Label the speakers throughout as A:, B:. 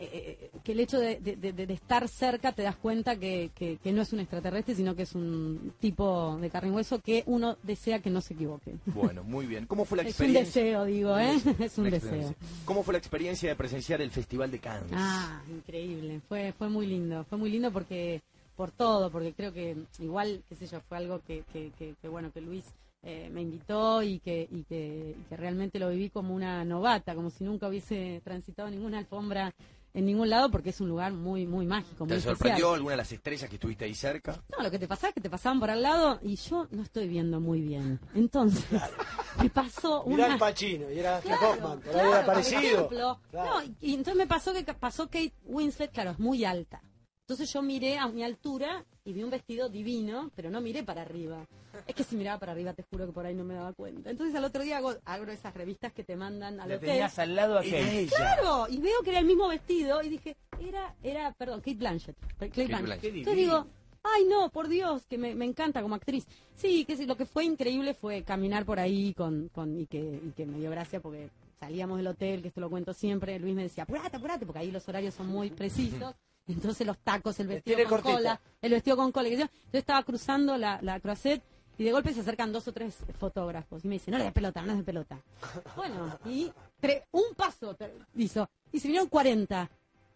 A: eh, eh, que el hecho de, de- de- de estar cerca te das cuenta que, que- que no es un extraterrestre, sino que es un tipo de carne y hueso que uno desea que no se equivoque.
B: Bueno, muy bien. ¿Cómo fue la
A: Es un
B: experiencia?
A: deseo, digo, ¿eh? Es un
B: Una
A: deseo.
B: experiencia. ¿Cómo fue la experiencia de presenciar el Festival de Cannes?
A: Ah, increíble. Fue, fue muy lindo. Fue muy lindo porque por todo, porque creo que igual, qué sé yo, fue algo que, que, que- que, bueno, que Luis eh, me invitó y que, y, que, y que realmente lo viví como una novata, como si nunca hubiese transitado ninguna alfombra en ningún lado, porque es un lugar muy, muy mágico, muy
B: ¿Te
A: especial.
B: sorprendió alguna de las estrellas que estuviste ahí cerca?
A: No, lo que te pasaba es que te pasaban por al lado y yo no estoy viendo muy bien. Entonces, me pasó una...
C: Mirá el Pacino, y era Dustin Hoffman, por ahí
A: claro,
C: era parecido.
A: por ejemplo.
C: Claro.
A: No, y, y entonces me pasó que ca- pasó Kate Winslet, claro, es muy alta. Entonces yo miré a mi altura y vi un vestido divino, pero no miré para arriba. Es que si miraba para arriba, te juro que por ahí no me daba cuenta. Entonces al otro día hago, abro esas revistas que te mandan al
D: La
A: hotel.
D: tenías al lado a
B: Era
D: Kate.
B: ella.
A: Claro, y veo que era el mismo vestido y dije, era, era, perdón, Kate Blanchett. Kate Blanchett.
B: Blanchett.
A: Entonces digo, ay no, por Dios, que me, me encanta como actriz. Sí, que sí, lo que fue increíble fue caminar por ahí con, con y, que, y que me dio gracia porque salíamos del hotel, que esto lo cuento siempre, Luis me decía, apurate, apurate, porque ahí los horarios son muy precisos. Entonces los tacos, el vestido
C: tiene
A: con
C: cortita.
A: cola, el vestido con cola. y Yo yo estaba cruzando la, la croisette y de golpe se acercan dos o tres fotógrafos y me dicen, no le des pelota, no le des pelota. Bueno, y tre- un paso te- hizo. Y se vinieron 40.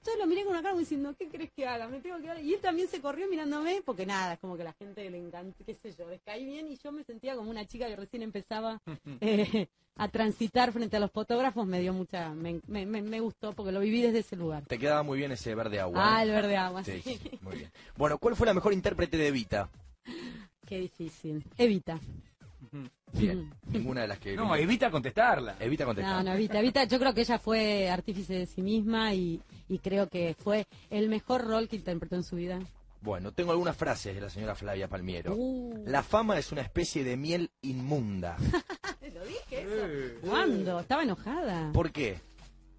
A: Yo lo miré con una cara como diciendo, ¿qué crees que haga? Me tengo que dar. Y él también se corrió mirándome, porque nada, es como que la gente le encanta, qué sé yo, les caí bien y yo me sentía como una chica que recién empezaba eh, a transitar frente a los fotógrafos. Me dio mucha, me, me- me- me gustó porque lo viví desde ese lugar.
B: Te quedaba muy bien ese verde agua.
A: Ah,
B: ¿eh?
A: el verde agua,
B: Sí,
A: sí.
B: sí, muy bien. Bueno, ¿cuál fue la mejor intérprete de Evita?
A: Qué difícil. Evita.
B: Bien, ninguna de las que...
D: No, evita contestarla.
B: Evita contestar.
A: Mm. No, no, Evita, Evita, yo creo que ella fue artífice de sí misma y, y creo que fue el mejor rol que interpretó en su vida.
B: Bueno, tengo algunas frases de la señora Flavia Palmiero.
A: Uh.
B: La fama es una especie de miel inmunda.
A: Lo dije eso. ¿Cuándo? Estaba enojada.
B: ¿Por qué?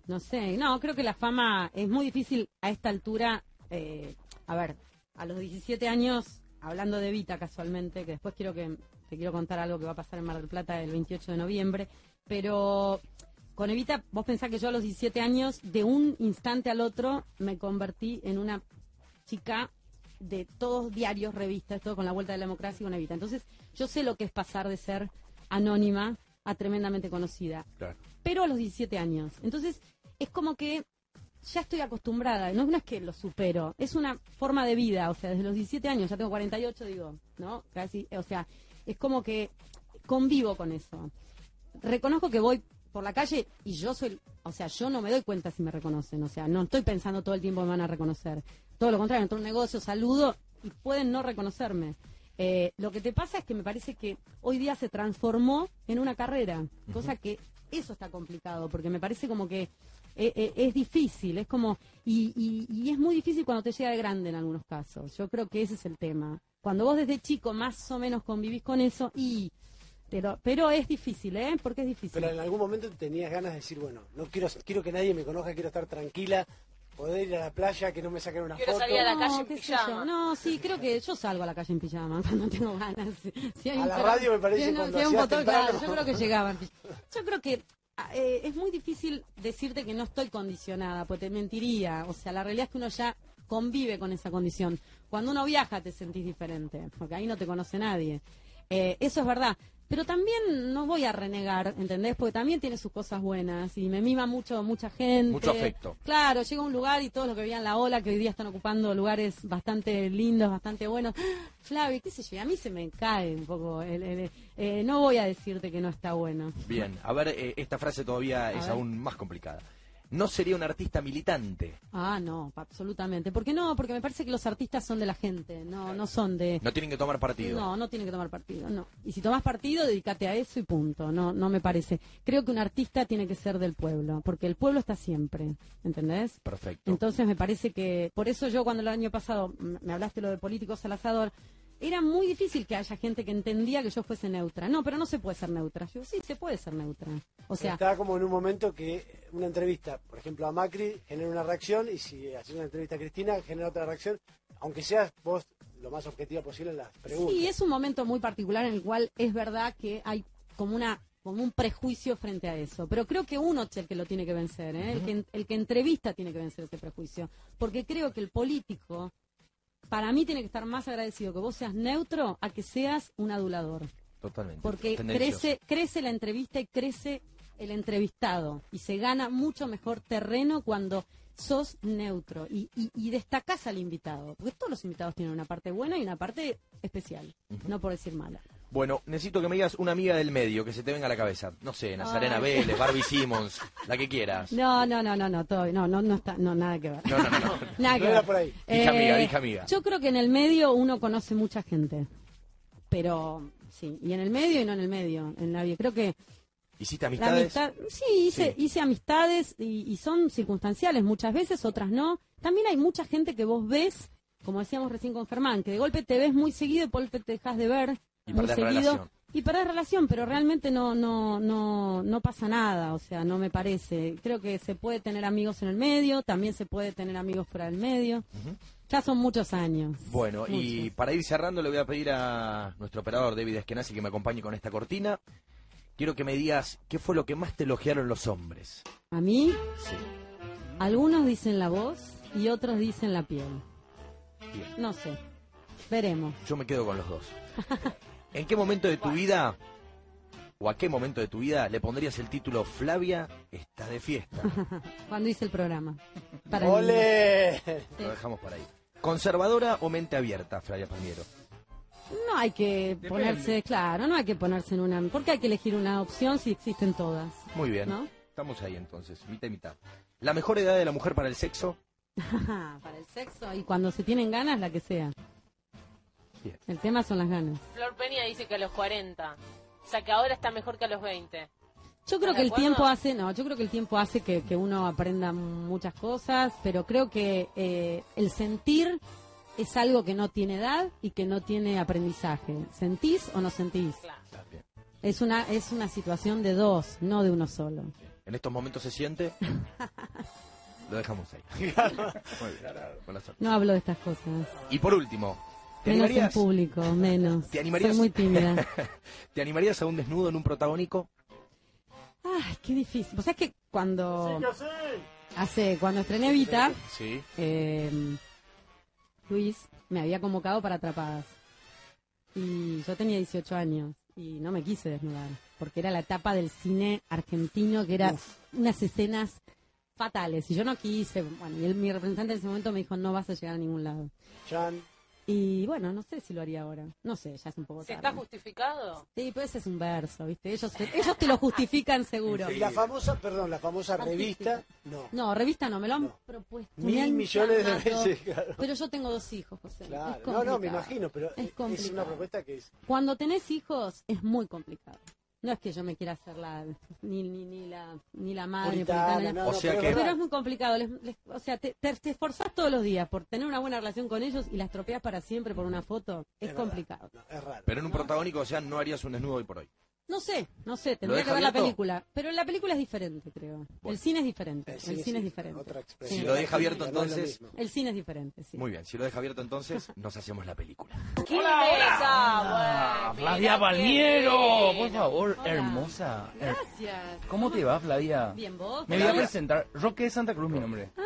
A: No sé, no, creo que la fama es muy difícil a esta altura. eh, a ver, a los 17 años, hablando de Vita casualmente, que después quiero que te quiero contar algo que va a pasar en Mar del Plata el 28 de noviembre, pero con Evita, vos pensás que yo a los 17 años, de un instante al otro, me convertí en una chica de todos diarios, revistas, todo con la vuelta de la democracia y con Evita. Entonces, yo sé lo que es pasar de ser anónima a tremendamente conocida
B: Claro.
A: pero a los 17 años. Entonces, es como que ya estoy acostumbrada, no no es que lo supero, es una forma de vida, o sea, desde los 17 años, ya tengo 48, digo, ¿no? Casi, o sea, es como que convivo con eso. Reconozco que voy por la calle y yo soy, o sea, yo no me doy cuenta si me reconocen, o sea, no estoy pensando todo el tiempo que me van a reconocer. Todo lo contrario, entro a un negocio, saludo y pueden no reconocerme. Eh, lo que te pasa es que me parece que hoy día se transformó en una carrera, cosa que eso está complicado, porque me parece como que eh, eh, es difícil, es como, y, y- y es muy difícil cuando te llega de grande en algunos casos. Yo creo que ese es el tema. Cuando vos desde chico más o menos convivís con eso y... Pero, pero es difícil, ¿eh? Porque es difícil.
C: Pero en algún momento tenías ganas de decir, bueno, no quiero quiero que nadie me conozca, quiero estar tranquila, poder ir a la playa, que no me saquen una
E: Quiero
C: foto.
E: salir a la calle en
A: qué sé
E: pijama.
A: yo. No, sí, creo que yo salgo a la calle en pijama cuando tengo ganas. Si hay
C: A
A: un
C: la
A: foto-
C: radio me parece
A: si hay un-
C: cuando
A: si hay un
C: hacías
A: fotógrafo,
C: temprano.
A: Yo creo que llegaba en pijama. Yo creo que eh, es muy difícil decirte que no estoy condicionada, porque te mentiría. O sea, la realidad es que uno ya convive con esa condición. Cuando uno viaja te sentís diferente, porque ahí no te conoce nadie. Eh, eso es verdad. Pero también no voy a renegar, ¿entendés? Porque también tiene sus cosas buenas y me mima mucho mucha gente.
B: Mucho afecto.
A: Claro, llega a un lugar y todos los que veían la ola, que hoy día están ocupando lugares bastante lindos, bastante buenos. ¡Ah! Flavio, qué sé yo, y a mí se me cae un poco. el- el- eh, no voy a decirte que no está bueno.
B: Bien, a ver, eh, esta frase todavía es
A: ver.
B: aún más complicada. No sería un artista militante.
A: Ah, no, pa- absolutamente. ¿Por qué no? Porque me parece que los artistas son de la gente, no, no son de...
B: No tienen que tomar partido.
A: No, no tienen que tomar partido, no. Y si tomás partido, dedícate a eso y punto. No, no me parece. Creo que un artista tiene que ser del pueblo, porque el pueblo está siempre, ¿entendés?
B: Perfecto.
A: Entonces me parece que, por eso yo cuando el año pasado m- me hablaste lo de políticos al asador, era muy difícil que haya gente que entendía que yo fuese neutra. No, pero no se puede ser neutra. Yo sí, se puede ser neutra. O sea,
C: Estaba como en un momento que una entrevista, por ejemplo, a Macri genera una reacción y si haces una entrevista a Cristina genera otra reacción, aunque seas vos lo más objetiva posible en las preguntas.
A: Sí, es un momento muy particular en el cual es verdad que hay como una como un prejuicio frente a eso. Pero creo que uno es el que lo tiene que vencer, ¿eh? el, que, el que entrevista tiene que vencer ese prejuicio. Porque creo que el político, para mí, tiene que estar más agradecido que vos seas neutro a que seas un adulador.
B: Totalmente.
A: Porque
B: Tendencioso.
A: crece, crece la entrevista y crece el entrevistado. Y se gana mucho mejor terreno cuando sos neutro y, y, y destacás al invitado. Porque todos los invitados tienen una parte buena y una parte especial, no por decir mala.
B: Bueno, necesito que me digas una amiga del medio que se te venga a la cabeza. No sé, Nazarena
A: Ay.
B: Vélez, Barbie Simmons, la que quieras.
A: No, no, no, no, no, todo, no, no, no está, no, nada que ver.
B: No, no, no. no.
A: Nada que
C: No
A: ver. Eh,
C: era por ahí.
B: Dije amiga, dije amiga.
A: Yo creo que en el medio uno conoce mucha gente. Pero sí, y en el medio y no en el medio, en la vida. Creo que
B: ¿Hiciste
A: La
B: amistades?
A: amistad, sí, hice, hice amistades y, y son circunstanciales muchas veces, otras no. También hay mucha gente que vos ves, como decíamos recién con Germán, que de golpe te ves muy seguido y por golpe te dejas de ver
B: Y
A: muy
B: perdés
A: seguido
B: relación.
A: y perdés relación, pero realmente no, no, no, no pasa nada, o sea, no me parece. Creo que se puede tener amigos en el medio, también se puede tener amigos fuera del medio. Ya son muchos años.
B: Bueno, y
A: Muchos.
B: para ir cerrando le voy a pedir a nuestro operador David Eskenazi que me acompañe con esta cortina. Quiero que me digas qué fue lo que más te elogiaron los hombres.
A: a mí,
B: Sí.
A: algunos dicen la voz y otros dicen la piel.
B: Bien.
A: No sé, veremos.
B: Yo me quedo con los dos. ¿En qué momento de tu vida o a qué momento de tu vida le pondrías el título Flavia está de fiesta?
A: cuando hice el programa. Para el-
C: ¡Ole!
B: Lo dejamos para ahí. ¿Conservadora o mente abierta, Flavia Palmiero?
A: No hay que ponerse, claro, no hay que ponerse en una... Porque hay que elegir una opción si existen todas.
B: Muy bien.
A: ¿No?
B: Estamos ahí entonces, mitad y mitad. ¿La mejor edad de la mujer para el sexo?
A: para el sexo y cuando se tienen ganas, la que sea.
B: Bien.
A: El tema son las ganas.
E: Flor Peña dice que a los 40. O sea, que ahora está mejor que a los 20.
A: Yo creo
E: ¿De
A: que el
E: acuerdo?
A: tiempo hace, no, yo creo que el tiempo hace que, que uno aprenda muchas cosas, pero creo que eh, el sentir es algo que no tiene edad y que no tiene aprendizaje. ¿Sentís o no sentís?
E: Claro.
A: Es una, es una situación de dos, no de uno solo.
B: En estos momentos se siente. Lo dejamos ahí. Muy bien. Buena suerte.
A: No hablo de estas cosas.
B: Y por último, ¿te
A: Menos en
B: animarías,
A: público, menos.
B: ¿Te animarías?
A: Soy muy tímida.
B: ¿Te animarías a un desnudo en un protagónico?
A: Ay, qué difícil. Vos sabés que cuando
C: ¿Qué haces?
A: hace, cuando estrené Vita,
B: Sí.
A: eh, Luis me había convocado para atrapadas. Y yo tenía 18 años y no me quise desnudar, porque era la etapa del cine argentino, que era unas escenas fatales. Y yo no quise, bueno, y él- mi representante en ese momento me dijo, no vas a llegar a ningún lado.
C: Chan.
A: Y bueno, no sé si lo haría ahora. No sé, ya es un poco
E: ¿Se
A: tarde.
E: está justificado?
A: Sí, pero ese es un verso, ¿viste? Ellos, ellos te lo justifican seguro.
C: Y la famosa, perdón, la famosa revista, no.
A: No, revista no, me lo han
C: No.
A: propuesto. me
C: Mil
A: han
C: millones de
A: llamado,
C: veces, claro.
A: Pero yo tengo dos hijos, José.
C: Claro.
A: Es
C: No, no, me
A: complicado.
C: imagino, pero
A: Es
C: es, es una
A: complicado.
C: propuesta que es.
A: Cuando tenés hijos es muy complicado. No es que yo me quiera hacer la, ni, ni, ni la, ni la madre
C: puritana,
A: puritana,
C: no,
B: O
C: no,
B: sea
C: pero
B: que-
C: es
A: Pero es
C: verdad.
A: muy complicado. les- les- o sea, te, te, te esforzás todos los días por tener una buena relación con ellos y las tropeas para siempre por una foto. Es,
C: verdad.
A: complicado.
C: No, es raro.
B: Pero en un protagónico, o sea, no harías un desnudo hoy por hoy.
A: No sé, no sé, tendría que
B: deja
A: ver la
B: abierto?
A: película. Pero la película es diferente, creo.
B: Bueno.
A: El cine es diferente.
C: Eh,
A: El
C: sí,
A: cine,
C: sí,
A: es diferente.
C: Otra expresión.
A: Sí.
B: Si lo deja abierto,
C: No es lo
B: entonces-
C: mismo.
A: El cine es diferente, sí.
B: Muy bien, si lo deja abierto entonces, nos hacemos la película.
E: ¿Quién besa?
D: Ah, Flavia Balmiero, por favor,
A: Hola.
D: hermosa. Her-
A: Gracias.
D: ¿Cómo te va, Flavia?
A: Bien, vos.
D: Me voy a
A: Hola.
D: presentar. Roque de Santa Cruz, mi nombre.
A: Ah,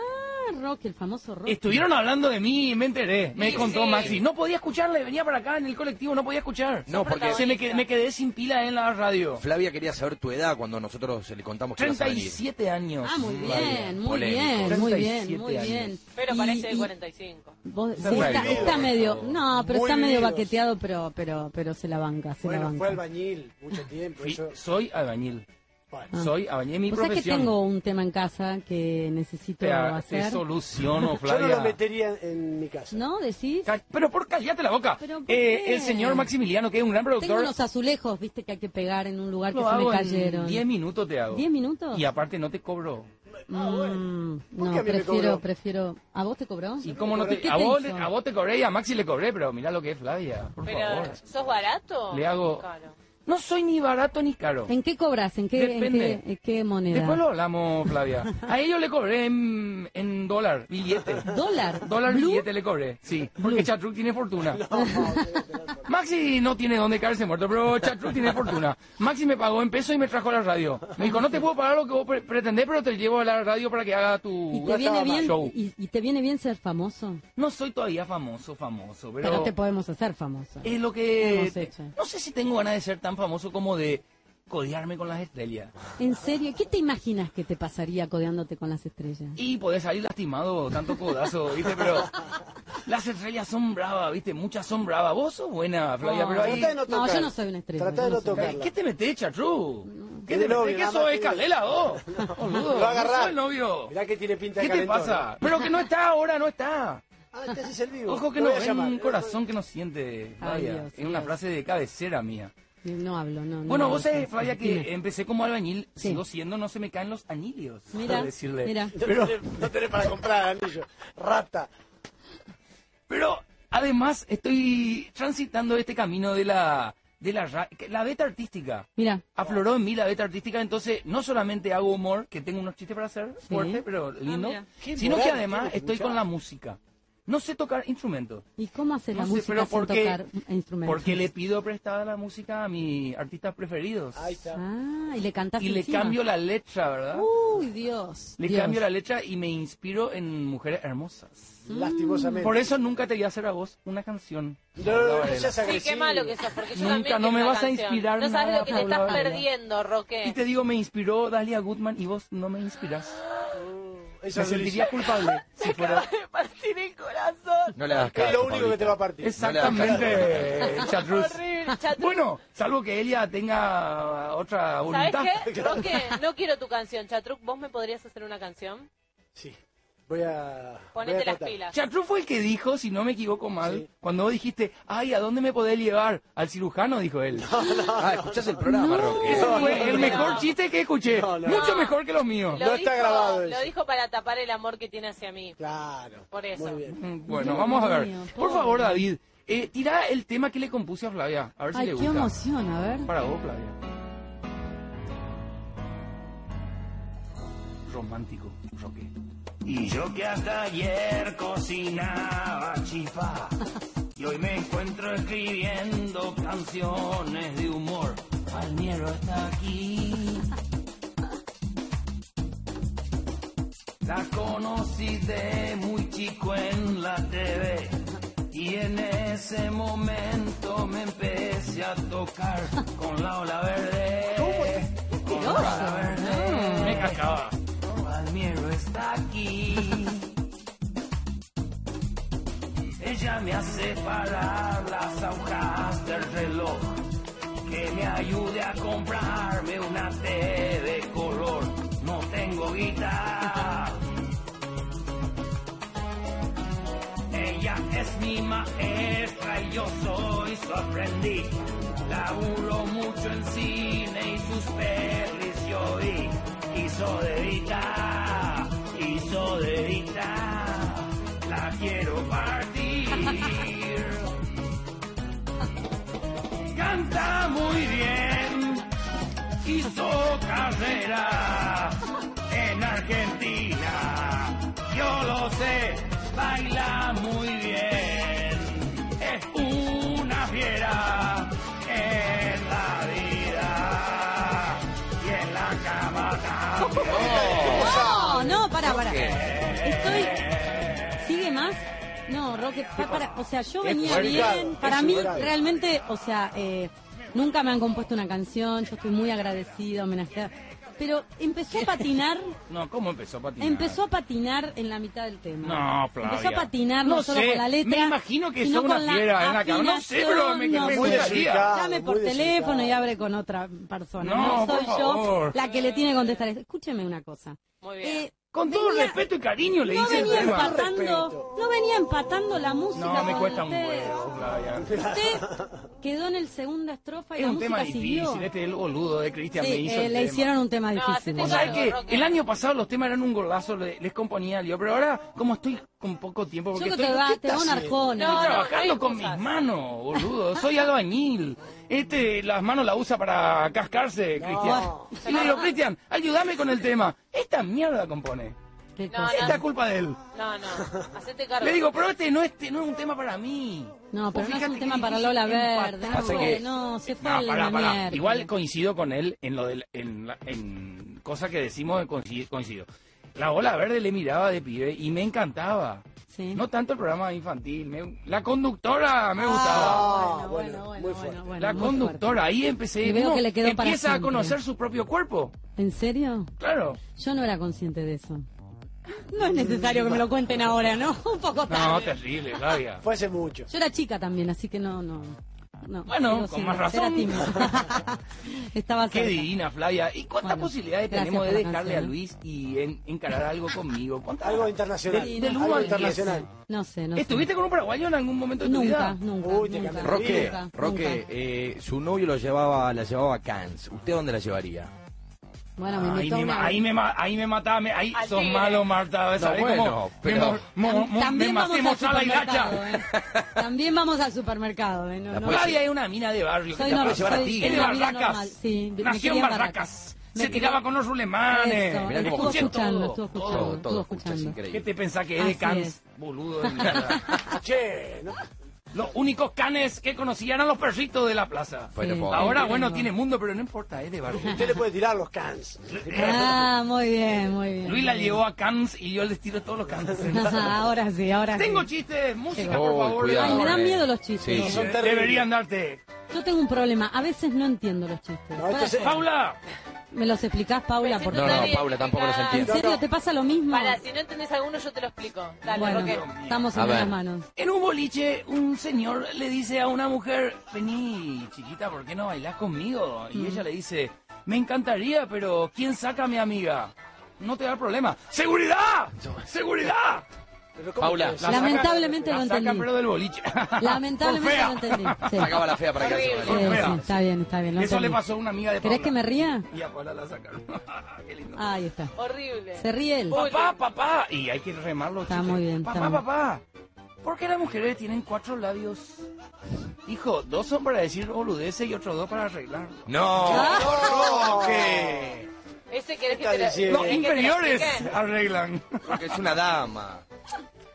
A: Rock, el famoso Rock.
D: Estuvieron hablando de mí, me enteré. Me
E: Sí,
D: contó
E: sí.
D: Maxi. No podía escucharle, venía para acá en el colectivo, no podía escuchar.
B: No, porque
D: Se me, que- me quedé sin pila en la radio.
B: Flavia quería saber tu edad cuando nosotros le contamos que ibas a venir.
D: 37 años.
A: Ah, muy
D: Flavia.
A: bien, muy
B: Polémico.
A: bien, muy bien,
D: 37
A: muy bien.
D: años.
E: Pero
A: Y-
E: parece de
A: y
E: 45.
A: vos-
D: Está
A: sí,
D: muy
A: está,
D: bien.
A: está medio, no, pero
C: Muy
A: está medio
C: bien.
A: baqueteado, pero, pero, pero se la banca, se la
C: Bueno, fue
A: banca.
C: albañil mucho tiempo.
D: Fui-
C: eso-
D: soy albañil.
A: Ah.
C: bueno.
D: Soy albañil, mi
A: O sea que
D: profesión.
A: tengo un tema en casa que necesito
D: te, te
A: hacer.
D: soluciono,
C: Yo no
D: Flavia.
C: lo metería en mi casa.
A: ¿No? ¿Decís?
D: Ca- Pero por cállate la boca.
A: Pero, ¿por
D: Eh,
A: qué?
D: el señor Maximiliano, que es un gran
A: Tengo
D: productor,
A: unos azulejos, viste, que hay que pegar en un lugar que
D: lo
A: se me
D: hago en
A: cayeron.
D: 10 minutos te hago.
A: ¿Diez minutos?
D: Y aparte no te cobro.
C: Ah, bueno.
A: Mm,
C: ¿Por qué a
A: no,
C: mí me
A: prefiero,
C: cobró?
A: prefiero. ¿A vos te cobró?
D: ¿Y cómo no
A: ¿Qué
D: te,
A: te
D: a, vos, le-
A: hizo?
D: a vos te cobré y a Maxi le cobré, pero mirá lo que es Flavia, por favor.
E: Pero, ¿sos barato?
D: Le hago-
E: Caro.
D: No soy ni barato ni caro.
A: ¿En qué cobras? ¿En qué, en
D: Depende.
A: qué, en qué moneda?
D: Después lo hablamos, Flavia. A ellos le cobré en, en dólar, billete.
A: ¿Dólar?
D: Dólar
A: ¿Blue?
D: billete le cobré, sí. Porque Chatruc tiene fortuna.
C: No, debe tener razón.
D: Maxi no tiene dónde caerse muerto, pero Chatruc tiene fortuna. Maxi me pagó en pesos y me trajo a la radio. Me dijo, no te puedo pagar lo que vos pre- pretendés, pero te llevo a la radio para que haga tu
A: ¿Y te, viene bien,
D: show.
A: y, y te viene bien ser famoso?
D: No soy todavía famoso, famoso,
A: Pero,
D: pero
A: te podemos hacer famoso.
D: es lo
A: ¿Qué
D: que...
A: hemos hecho?
D: No sé si tengo ganas de ser tan famoso como de codearme con las estrellas.
A: ¿En serio? ¿Qué te imaginas que te pasaría codeándote con las estrellas?
D: Y podés salir lastimado, tanto codazo, ¿viste? Pero las estrellas son bravas, ¿viste? Muchas son bravas. Vos sos buena, Flavia,
A: No,
D: pero ahí...
C: Tratá de Ah, no
A: No,
C: tocar.
A: yo no soy una estrella,
C: Tratá
A: yo
C: de
A: no
C: no
A: soy una
C: tocarla.
D: ¿Qué te metés, Chatru? ¿Qué
C: Es
D: te
C: de novio,
D: metés? ¿Qué
C: nada
D: sos
C: más que-
D: escalela vos? Boludo,
C: Lo va a agarrar.
D: no sos novio.
C: Mirá que tiene pinta de
D: ¿Qué te
C: calentón,
D: pasa? Pero que no está ahora, no está.
C: ¿eh? Ah, este es el vivo.
D: Ojo que
C: Lo
D: no,
C: voy a
D: es
C: llamar.
D: un corazón que no siente, Flavia.
A: Dios,
D: es una
A: Dios.
D: frase de cabecera mía.
A: No hablo, no. no
D: Bueno,
A: hablo.
D: vos sabés, Flavia, que
A: Dime.
D: empecé como albañil,
A: Sí.
D: sigo siendo, no se me caen los anillos.
A: Mira,
D: por decirle.
A: mira.
C: No tenés- No tenés para comprar anillo. Rata.
D: Pero además estoy transitando este camino de la de la, ra- que- la beta artística.
A: Mira,
D: Afloró en mí la beta artística, entonces no solamente hago humor, que tengo unos chistes para hacer, fuerte, pero lindo,
A: Ah, mira.
C: Qué
D: sino que
C: moral,
D: además
C: tienes,
D: estoy
C: muchacho.
D: con la música. No sé tocar instrumentos,
A: ¿y cómo haces
D: No
A: la
D: sé,
A: música
D: pero
A: sin
D: ¿por qué?
A: tocar instrumentos?
D: porque le pido prestada la música a mis artistas preferidos.
C: Ahí está.
A: Ah, y le cantás
D: Y le
A: encima.
D: cambio la letra, ¿verdad?
A: Uy, Dios.
D: le
A: Dios.
D: cambio la letra y me inspiro en mujeres hermosas.
C: Lastimosamente.
D: Por eso nunca te voy a hacer a vos una canción.
C: No, no, no,
D: Bueno.
C: ella es
E: Sí,
C: agresiva.
E: qué malo que sos, porque yo
D: Nunca,
E: también
D: no
E: tengo
D: me
E: una
D: vas a
E: canción.
D: inspirar
E: No sabes
D: nada,
E: lo que te estás
D: Flavia.
E: perdiendo,
D: Y
E: Roque.
D: te digo, me inspiró Dalia Goodman y vos no me inspirás.
C: Ella
D: Me
C: lo
D: sentiría
C: dice.
D: culpable si fuera...
E: Me partir el corazón.
B: No le hagas caso.
C: Es lo único que te va a
B: Pablito.
C: partir.
D: Exactamente, Chatruz.
E: Horrible, chato.
D: Bueno, salvo que ella tenga otra
E: ¿Sabes
D: voluntad.
E: qué? Roque, no quiero tu canción, Chatruc. ¿Vos me podrías hacer una canción?
C: Sí. Voy a. voy
E: Ponete
C: a
E: las
C: tratar.
E: pilas.
D: Chatrú fue el que dijo, si no me equivoco mal,
C: Sí.
D: cuando vos dijiste, ay, ¿a dónde me podés llevar? Al cirujano, dijo él.
B: Ah, escuchás el programa, Roque.
D: Eso fue
E: no,
D: el
E: no.
D: mejor chiste que escuché.
C: No, no.
D: Mucho
E: No.
D: mejor que los míos.
E: Lo
C: No está grabado
E: Lo
C: eso.
E: dijo para tapar el amor que tiene hacia mí.
C: Claro.
E: Por eso.
C: Muy bien.
D: Mm, Bueno,
A: Dios
D: vamos a ver.
A: mío,
D: Por
A: pobre.
D: favor, David, eh, tira el tema que le compuse a Flavia. A ver si
A: Ay,
D: le
A: qué
D: gusta.
A: emoción, a ver.
D: Para vos, Flavia. Romántico, Roque.
F: Y yo que hasta ayer cocinaba chifa. Y hoy me encuentro escribiendo canciones de humor. Palmiero está aquí. La conocí de muy chico en la TV. Y en ese momento me empecé a tocar con la ola verde. Con la ola verde.
D: Me cagaba.
F: Palmiero está aquí. Ella me hace parar las agujas del reloj. Que me ayude a comprarme una TV color. No tengo guitarra. Ella es mi maestra y yo soy su aprendiz. Laburo mucho en cine y sus pelis yo vi. Hizo dedita, hizo dedita. La quiero partir. Canta muy bien. Hizo carrera en Argentina. Yo lo sé, baila muy bien. Es una fiera en la vida y en la cama también.
D: Oh,
A: No, no, para, para. Estoy. ¿Sigue más? No, Roque, pa- para. O sea, yo venía
C: complicado,
A: bien.
C: es
A: Para mí,
C: complicado.
A: realmente, o sea, eh, nunca me han compuesto una canción. Yo estoy muy agradecida, homenajeada. Pero empezó a patinar.
D: No, ¿cómo empezó a patinar?
A: Empezó a patinar en la mitad del tema.
D: No, Flavia.
A: Empezó a patinar no,
D: No
A: solo
D: sé,
A: con la letra.
D: me imagino que
A: sino
D: sos una
A: con la
D: fiera en la cama. No sé, pero me- me
A: afinación, no
C: Muy
A: sé.
D: gustaría.
C: delicado,
A: Llame por
C: muy
A: teléfono y
C: delicado.
A: abre con otra persona.
D: No,
A: No,
D: por
A: soy yo
D: favor.
A: la que le tiene que contestar. eso. Escúcheme una cosa.
E: Muy bien.
A: Eh,
D: Con todo
A: venía-
D: respeto y cariño le
A: no
D: hice el
A: venía
D: tema.
A: empatando, no venía empatando la música.
D: No, me
A: con
D: cuesta un
A: usted.
D: huevo, Flavia.
A: Usted quedó en el segunda estrofa y
D: Es
A: la
D: un tema
A: música
D: difícil,
A: siguió.
D: este es el boludo de Cristian
A: Sí,
D: me hizo
A: eh,
D: el
A: le
D: tema.
A: hacieron un tema
E: No, este
A: difícil.
E: hacete
D: O sea, es que
E: Roque.
D: el año pasado los temas eran un golazo, le- les componía yo, pero ahora como estoy con poco tiempo,
A: Yo
D: porque
A: creo que
D: estoy,
A: te va, te va un arjón.
E: No,
D: estoy
E: no.
D: trabajando
E: hay
D: con
E: cosas.
D: mis manos, boludo, soy albañil. Este las manos las usa para cascarse, Cristian. Y le digo, Cristian, ayúdame con el tema. Esta mierda compone.
A: Qué
E: No,
A: cosa.
D: Esta es culpa de él.
E: No, no. Hacete cargo.
D: Le digo, pero este no, este no es un tema para mí.
A: No,
D: Vos
A: pero no es
D: fijate
A: un
D: qué
A: tema para
D: difícil
A: Lola
D: empatar.
A: Verde.
B: Pasa
A: No,
B: que-
A: no, se fue
D: No,
A: al
D: pará, pará.
A: mierda.
D: Igual coincido con él en lo del, en, la- en cosa que decimos coincido, coincido. La ola verde le miraba de pibe y me encantaba.
A: Sí.
D: No tanto el programa infantil, me- la conductora me gustaba.
C: Ah,
A: Bueno,
C: bueno,
A: bueno,
C: muy
A: bueno,
C: fuerte.
A: bueno, bueno,
D: la
A: muy
D: conductora, ahí empecé.
A: Y veo
D: uno
A: que le quedó para
D: empieza a
A: siempre.
D: conocer su propio cuerpo,
A: fuerte. ¿En serio?
D: claro.
A: Yo no era consciente de eso. No es necesario que me lo cuenten ahora, ¿no? Un poco
D: No,
A: tarde.
D: terrible, Flavia.
C: Fue hace mucho.
A: Yo era chica también, así que no, no. no
D: Bueno,
A: sigo
D: con
A: siendo-
D: más razón.
A: Era tímida. Estaba
D: Qué
A: cerca.
D: divina, Flavia. ¿Y cuántas
A: Bueno,
D: posibilidades
A: gracias
D: tenemos de
A: por la
D: dejarle
A: canción,
D: a
A: ¿eh?
D: Luis y en- encarar algo conmigo? ¿Cuántas-
C: Algo internacional.
A: Sí, no,
D: uno
C: Algo
D: al
C: internacional.
A: No sé, no sé.
D: ¿Estuviste con un paraguayo en algún momento de tu
A: Nunca,
D: vida?
A: nunca.
C: Uy, te
A: nunca,
C: cambió.
B: Roque,
A: nunca,
B: Roque,
A: nunca.
B: eh, su novio lo llevaba, la llevaba a Cannes. ¿Usted a dónde la llevaría?
A: Bueno, me
D: ahí,
A: invitó
D: me,
A: a una-
D: ma- ahí, me, ma- ahí me mataba, me- ahí
E: Al
D: sos
E: tigre.
D: malo, Marta. ¿sabés
B: No,
D: cómo?
B: bueno,
D: Me
B: pero-
D: mo- mo- mo- me
A: También
D: maté,
A: vamos al
D: mostrá la hilacha.
A: supermercado, ¿eh? También vamos al supermercado, ¿eh? No,
B: La
A: no-
B: puede-
D: Flavia es una mina de barrio. que
A: Soy
D: te
A: normal,
B: puede llevar a
A: soy-
B: ti.
A: soy
D: Es de
A: una mina normal,
D: ¿eh? Barracas.
A: Sí, me
D: Nació
A: quería
D: en
A: en
D: Barracas.
A: Me
D: Se
A: quería-
D: tiraba con los rulemanes.
A: Eso,
B: Mirá cómo
A: estuvo
B: escuché
A: escuchando,
D: todo,
A: estuvo
D: todo,
A: escuchando, estuvo
B: escucha, es
A: escuchando.
D: ¿Qué te
B: increíble.
D: pensás que es de
A: Así
D: Cans?
A: es.
D: Boludo de mierda.
C: Che, ¿no?
D: Los únicos canes que conocían eran los perritos de la plaza.
B: Bueno,
A: Sí.
B: po-
D: Ahora,
A: Qué
D: bueno,
A: lindo.
D: tiene mundo, pero no importa, es de barrio.
C: Usted le puede tirar los cans.
A: Ah, muy bien, muy bien.
D: Luis la llevó a Cans y yo les tiro todos los Cans.
A: ahora sí, ahora sí.
D: Tengo chistes, música,
B: Oh,
D: por favor.
B: cuidado,
A: Ay, me dan
B: eh.
A: miedo los chistes.
B: Sí, sí.
C: Son terribles.
D: Deberían darte.
A: Yo tengo un problema, a veces no entiendo los chistes.
C: No, esto es-
D: Paula,
A: ¿Me los explicás, Paula?
E: Me
A: Por
E: siento
B: No,
A: favor?
B: no,
E: tan
B: Paula, tampoco los
E: identificada.
A: ¿En
B: entiendo.
A: serio te pasa lo mismo?
E: Para, si no entendés alguno, yo te lo explico. Dale,
A: bueno,
E: Roque.
A: estamos
B: A
A: en
B: ver.
A: buenas manos.
D: en un boliche, un señor le dice a una mujer, vení, chiquita, ¿por qué Mm. no bailás conmigo? Y ella le dice, me encantaría, pero ¿quién saca a mi amiga? no te da problema. ¡Seguridad! ¡Seguridad!
C: Pero ¿cómo
B: Paula,
C: puede ser?
D: La
A: Lamentablemente
D: saca-
A: lo
D: la saca,
A: entendí.
D: pero del boliche.
A: Lamentablemente
D: Por fea.
A: lo entendí. Sí.
B: Sacaba la fea para que
E: Horrible.
B: se
A: Sí,
B: vaya.
D: Por fea.
A: sí, está bien, está bien. lo
D: Eso le
A: entendí.
D: pasó a una amiga de Paula.
A: ¿Querés que me ría?
D: Y a Paula la sacaron. Qué lindo.
A: Ahí está.
E: Horrible.
A: Se ríe él.
D: Papá, papá. Y hay que remarlo.
A: Está
D: chicos.
A: muy bien, está
D: Papá,
A: muy bien.
D: papá. ¿Por qué las mujeres tienen cuatro labios? Hijo, dos son para decir boludeces y otros dos para arreglarlo.
B: No,
A: ¿Ah?
B: no, ¿qué?
E: Ese querés que
C: Está
E: te lo-
A: Eh,
C: diciendo.
D: Los
E: querés que te lo
D: inferiores
E: explique.
D: arreglan.
B: Porque es una dama.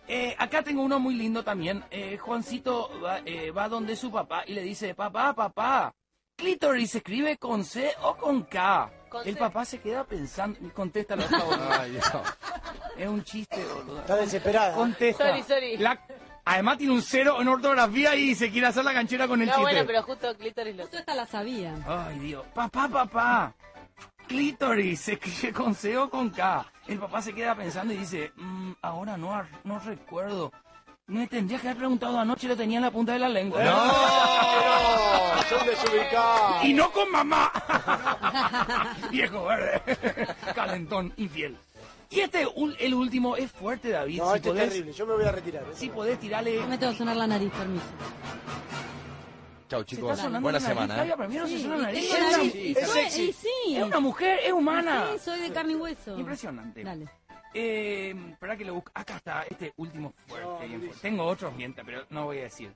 D: Eh, acá tengo uno muy lindo también. Eh, Juancito va, eh, va donde su papá y le dice, papá, papá, clítoris se escribe con C o con K.
E: Con
D: El
E: C.
D: papá se queda pensando y contesta la otra Es un chiste, boludo.
C: Está desesperada.
D: Contesta.
E: Sorry, sorry.
D: La- Además tiene un cero en ortografía y se quiere hacer la canchera con el
E: No,
D: chiste.
E: bueno, pero justo clítoris lo
A: Yo esta la sabía.
D: Ay, Dios. Papá, papá. Clítoris, se escribe con C o con K. El papá se queda pensando y dice, "Mm, ahora no, ar- no recuerdo. Me tendría que haber preguntado anoche, lo tenía en la punta de la lengua.
C: ¡No! Son desubicados.
D: Y no con mamá. Viejo verde. Calentón, infiel. Y este, ul- el último, es fuerte, David.
C: No,
D: si,
C: este es
D: podés,
C: terrible. Yo me voy a retirar. ¿eh?
D: si podés tirarle...
A: No me tengo que sonar la nariz, permiso.
B: Chao,
D: Se está
B: chicos.
D: sonando
B: Buena
D: una nariz,
B: semana.
D: Flavia,
B: ¿eh?
D: Para mí no se
A: Sí,
D: suena
A: y
D: la nariz.
A: tengo
D: Es,
A: nariz.
B: sí,
A: Y
B: es
A: soy-
B: sexy.
A: y sí.
D: una mujer, es humana.
A: Sí, soy de carne y hueso.
D: Ah. Impresionante.
A: Dale.
D: Eh, espera que lo busque. Acá está, este último fuerte. bien fuerte. Tengo otros mienta, pero no voy a decir.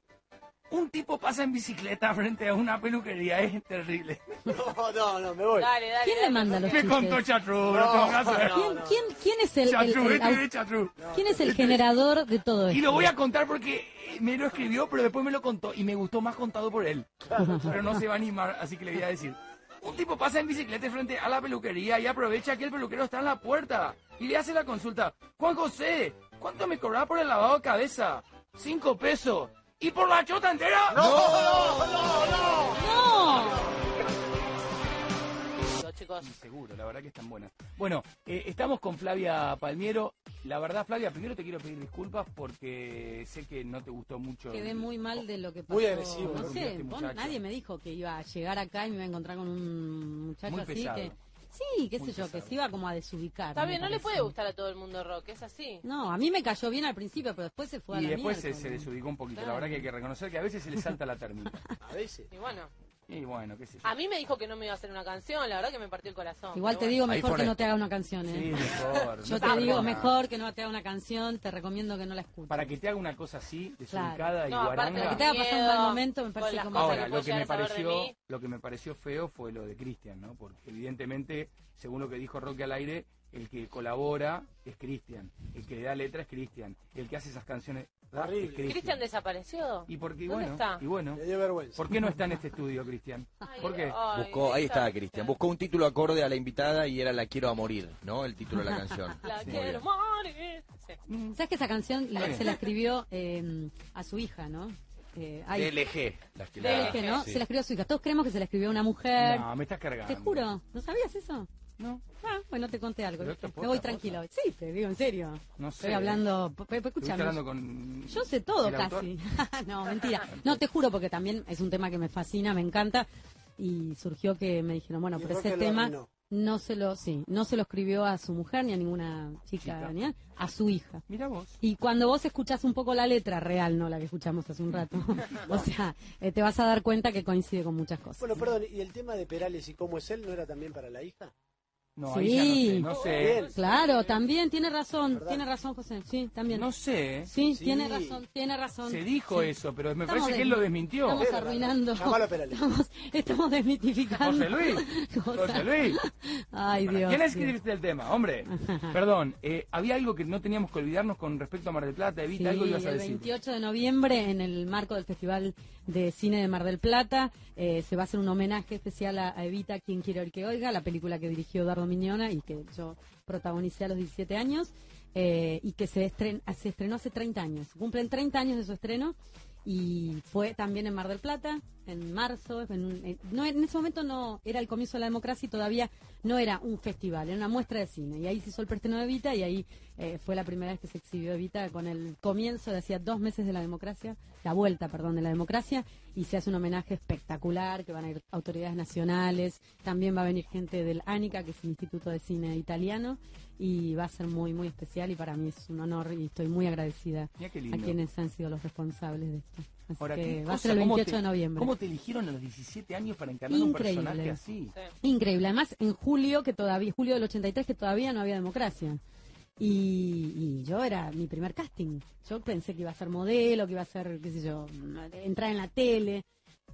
D: Un tipo pasa en bicicleta frente a una peluquería, es terrible.
C: No, no, no, me voy.
E: Dale, dale.
A: ¿Quién le
E: dale,
A: manda los
E: porque-
D: Me contó Chatru, no, tengo que hacer.
A: ¿Quién, quién, quién es el, el-
D: Chatru,
A: el-
D: este
A: au-
D: de Chatru.
A: quién es el generador de todo esto?
D: Este- Y lo voy a contar porque me lo escribió, pero después me lo contó y me gustó más contado por él. Pero no se va a animar, así que le voy a decir. Un tipo pasa en bicicleta frente a la peluquería y aprovecha que el peluquero está en la puerta y le hace la consulta. Juan José, ¿cuánto me cobraba por el lavado de cabeza? Cinco pesos. ¿Y por la chota entera?
A: ¡No!
E: Chicos,
D: Seguro, la verdad que están buenas. Bueno, eh, estamos con Flavia Palmiero. La verdad, Flavia, primero te quiero pedir disculpas porque sé que no te gustó mucho.
A: Quedé
D: el-
A: muy mal de lo que pasó.
C: Muy agresivo,
A: No
D: ¿no?
A: sé,
D: Este
A: vos-
D: muchacho.
A: nadie me dijo que iba a llegar acá y me iba a encontrar con un muchacho
D: Muy
A: así
D: pesado.
A: que... Sí, qué
D: Muy
A: sé yo, que
D: pesado.
A: se iba como a desubicar.
E: está
A: me
E: bien, no le
A: parece.
E: puede gustar a todo el mundo rock, es así.
A: No, a mí me cayó bien al principio, pero después se fue a
D: Y
A: la
D: después se,
A: miércoles.
D: se desubicó un poquito. La
A: Claro.
D: verdad que hay que reconocer que a veces se le salta la termita.
C: A veces.
E: Y bueno,
D: Y bueno, qué sé yo.
A: Ah,
E: a mí me dijo que no me iba a hacer una canción, la verdad que me partió el corazón.
A: Igual
E: pero
A: te
E: bueno.
A: digo
B: Ahí
A: mejor
B: pone.
A: que no te haga una canción, ¿eh?
D: Sí, mejor.
A: Yo
D: No
A: te digo
D: perdona.
A: mejor que no te haga una canción, te recomiendo que no la escuches.
D: Para que te haga una cosa así, desubicada y
E: No, aparte,
D: guaranga.
E: lo
A: Que te haga pasar un mal
E: Miedo,
A: momento, me
E: con
A: parece
E: las
A: como...
E: cosas que
D: Ahora, lo
E: puedes
D: que me
E: llegar a saber de
D: pareció,
E: mí.
D: lo que me pareció feo fue lo de Cristian, ¿no? Porque evidentemente, según lo que dijo Roque al aire, el que colabora es Cristian, el que le da letra es Cristian, el que hace esas canciones rap es
C: Horrible.
E: Cristian
D: Cristian.
E: desapareció.
D: Y porque
E: ¿Dónde
D: bueno,
E: está?
D: y bueno,
C: Me dio vergüenza.
D: ¿por qué no está en este estudio, Cristian?
E: Ay,
D: ¿Por qué?
E: ay,
B: Buscó, ahí está Cristian. Buscó un título acorde a la invitada y era La quiero a morir, ¿no? El título de la canción.
E: La
B: Muy
E: quiero
B: bien.
E: morir. Sí.
D: Mm.
A: ¿Sabes que esa canción la-
D: Sí.
A: se la escribió eh, a su hija, no? Eh, ay,
B: DLG. las que la-
A: DLG, ¿no?
B: sí.
A: Se la escribió a su hija. Todos creemos que se la escribió a una mujer.
D: No, me estás cargando.
A: Eh, Te juro, ¿no sabías eso?
D: No.
A: Ah, bueno, te conté algo.
D: Pero esto es
A: Me
D: posta,
A: voy
D: posta.
A: tranquila. hoy. Sí, te digo en serio.
D: No sé.
A: Estoy hablando, pe- pe-
D: Estuviste
A: escúchame.
D: hablando con
A: Yo sé todo
D: el autor?
A: casi. no, mentira. No, te juro porque también es un tema que me fascina, me encanta. Y surgió que me dijeron, bueno,
C: Y
A: por
C: creo
A: ese
C: que lo
A: tema
C: arruinó.
A: no se lo, sí, no se lo escribió a su mujer ni a ninguna chica,
D: Chica.
A: ni a- a su hija.
D: Mira vos.
A: Y cuando vos escuchás un poco la letra real, no la que escuchamos hace un rato, o sea, eh, te vas a dar cuenta que coincide con muchas cosas.
C: Bueno, perdón, ¿y el tema de Perales y cómo es él no era también para la hija?
D: No,
A: Sí.
D: ahí ya no sé.
C: Bien.
A: Claro, también tiene razón,
C: ¿Verdad?
A: tiene razón José, sí, también.
D: No sé. No sé.
A: sí,
C: Sí.
A: tiene razón, tiene razón.
D: Se dijo
A: Sí.
D: eso, pero me
A: Estamos
D: parece que él
A: desmi-
D: lo desmintió.
A: Estamos
C: Era,
A: arruinando.
C: llamalo a Perales.
A: Estamos, estamos desmitificando.
D: José Luis.
A: cosas.
D: José Luis.
A: Ay, Dios.
D: ¿Quién
A: mío.
D: escribiste el tema? Hombre, perdón, eh, había algo que no teníamos que olvidarnos con respecto a Mar del Plata, Evita,
A: Sí,
D: algo ibas a
A: el
D: decir.
A: 28 de noviembre, en el marco del Festival de Cine de Mar del Plata, eh, se va a hacer un homenaje especial a, a Evita, quien quiere oír que oiga, la película que dirigió Eduardo Miñona y que yo protagonicé a los 17 años, eh, y que se, estren- se estrenó hace 30 años. Cumplen 30 años de su estreno y fue también en Mar del Plata, en marzo. en un- en- no, en ese momento no era el comienzo de la democracia y todavía no era un festival, era una muestra de cine. Y ahí se hizo el prestreno de Evita y ahí eh, fue la primera vez que se exhibió Evita con el comienzo de hacía dos meses de la democracia, la vuelta, perdón, de la democracia. Y se hace un homenaje espectacular, que van a ir autoridades nacionales, también va a venir gente del ANICA, que es el Instituto de Cine Italiano, y va a ser muy, muy especial y para mí es un honor y estoy muy agradecida
D: Mira qué
A: a
D: lindo.
A: quienes han sido los responsables de esto. Así
D: Ahora,
A: que
D: ¿qué
A: va a
D: cosa?
A: ser el
D: ¿Cómo
A: 28
D: te-
A: de noviembre.
D: ¿Cómo te eligieron a los 17 años para encarnar
A: Increíble.
D: un personaje así?
A: Increíble. Además, en julio, que todavía, julio del 83, que todavía no había democracia. Y, y yo era mi primer casting. Yo pensé que iba a ser modelo, que iba a ser, qué sé yo, entrar en la tele.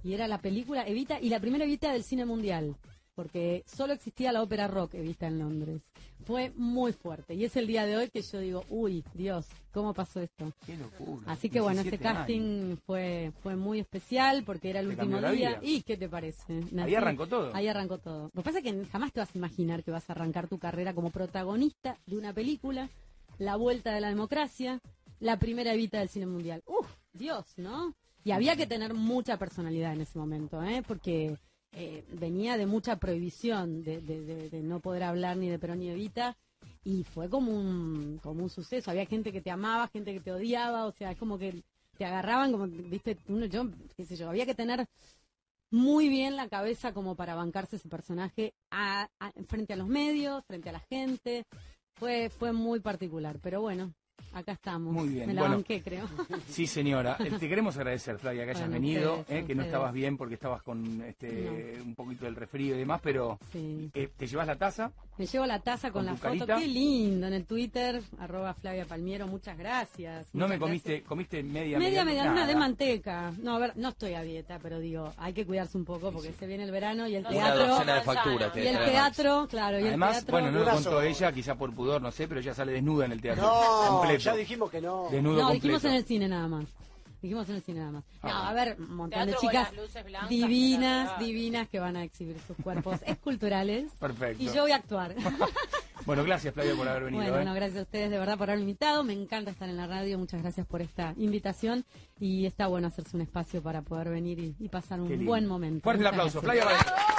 A: Y era la película Evita, y la primera Evita del cine mundial. Porque solo existía la ópera rock Evita en Londres. Fue muy fuerte. Y es el día de hoy que yo digo, uy, Dios, ¿cómo pasó esto?
D: Qué locura.
A: Así que bueno, ese
D: 17 años.
A: casting fue fue muy especial porque era el
D: Te
A: último
D: cambió la vida.
A: día. ¿Y qué te parece? Nací-
D: Ahí arrancó todo.
A: Ahí arrancó todo. Lo que pasa es que jamás te vas a imaginar que vas a arrancar tu carrera como protagonista de una película, la vuelta de la democracia, la primera evita del cine mundial. ¡Uf! Dios, ¿no? Y había que tener mucha personalidad en ese momento, ¿eh? Porque eh, venía de mucha prohibición, de, de- de- de no poder hablar ni de Perón ni de Evita. Y fue como un, como un suceso. Había gente que te amaba, gente que te odiaba, o sea, es como que te agarraban, como, viste, uno, yo, qué sé yo, había que tener muy bien la cabeza como para bancarse ese personaje a- a- frente a los medios, frente a la gente. Fue, fue muy particular, pero bueno, acá estamos.
D: Muy bien,
A: Me la
D: bueno.
A: banqué, creo.
D: Sí, señora. Eh, Te queremos agradecer, Flavia, que hayas
A: Bueno,
D: venido,
A: ustedes,
D: eh, que no
A: ustedes.
D: estabas bien porque estabas con este un poquito del resfrío y demás, pero
A: Sí.
D: eh, te llevas la taza.
A: Me llevo la taza
D: ¿Con
A: con, la
D: tu
A: foto.
D: carita?
A: Qué lindo, en el Twitter, arroba Flavia Palmiero, muchas gracias.
D: No
A: Muchas
D: me comiste,
A: gracias.
D: comiste media
A: Media medialuna
D: nada.
A: de manteca. No, a ver, no estoy a dieta, pero digo, hay que cuidarse un poco porque se viene el verano y el
E: Una
B: Una
A: teatro.
B: docena de facturas.
A: Y
B: te
A: el
B: trae Max.
A: teatro, claro, y el
D: Además,
A: teatro.
D: bueno, no lo
C: Una
D: contó
C: sola.
D: ella, quizá por pudor, no sé, pero ella sale desnuda en el teatro.
C: No,
D: completo.
C: ya dijimos que no.
D: Desnudo
A: No,
D: completo.
A: dijimos en el cine nada más. Dijimos en el cine nada más. No,
D: Ah.
A: a ver, un montón de
E: Teatro con
A: chicas
E: las luces blancas,
A: divinas,
E: claro.
A: divinas que van a exhibir sus cuerpos esculturales.
D: Perfecto.
A: Y yo voy a actuar.
D: Bueno, gracias, Flavia, por haber venido.
A: bueno,
D: eh.
A: no, gracias a ustedes de verdad por haberme invitado. Me encanta estar en la radio. Muchas gracias por esta invitación. Y está bueno hacerse un espacio para poder venir y, y pasar
D: Qué
A: un
D: lindo.
A: buen momento.
D: Fuerte el
A: Muchas
D: aplauso,
A: gracias.
D: Flavia Valenzuela.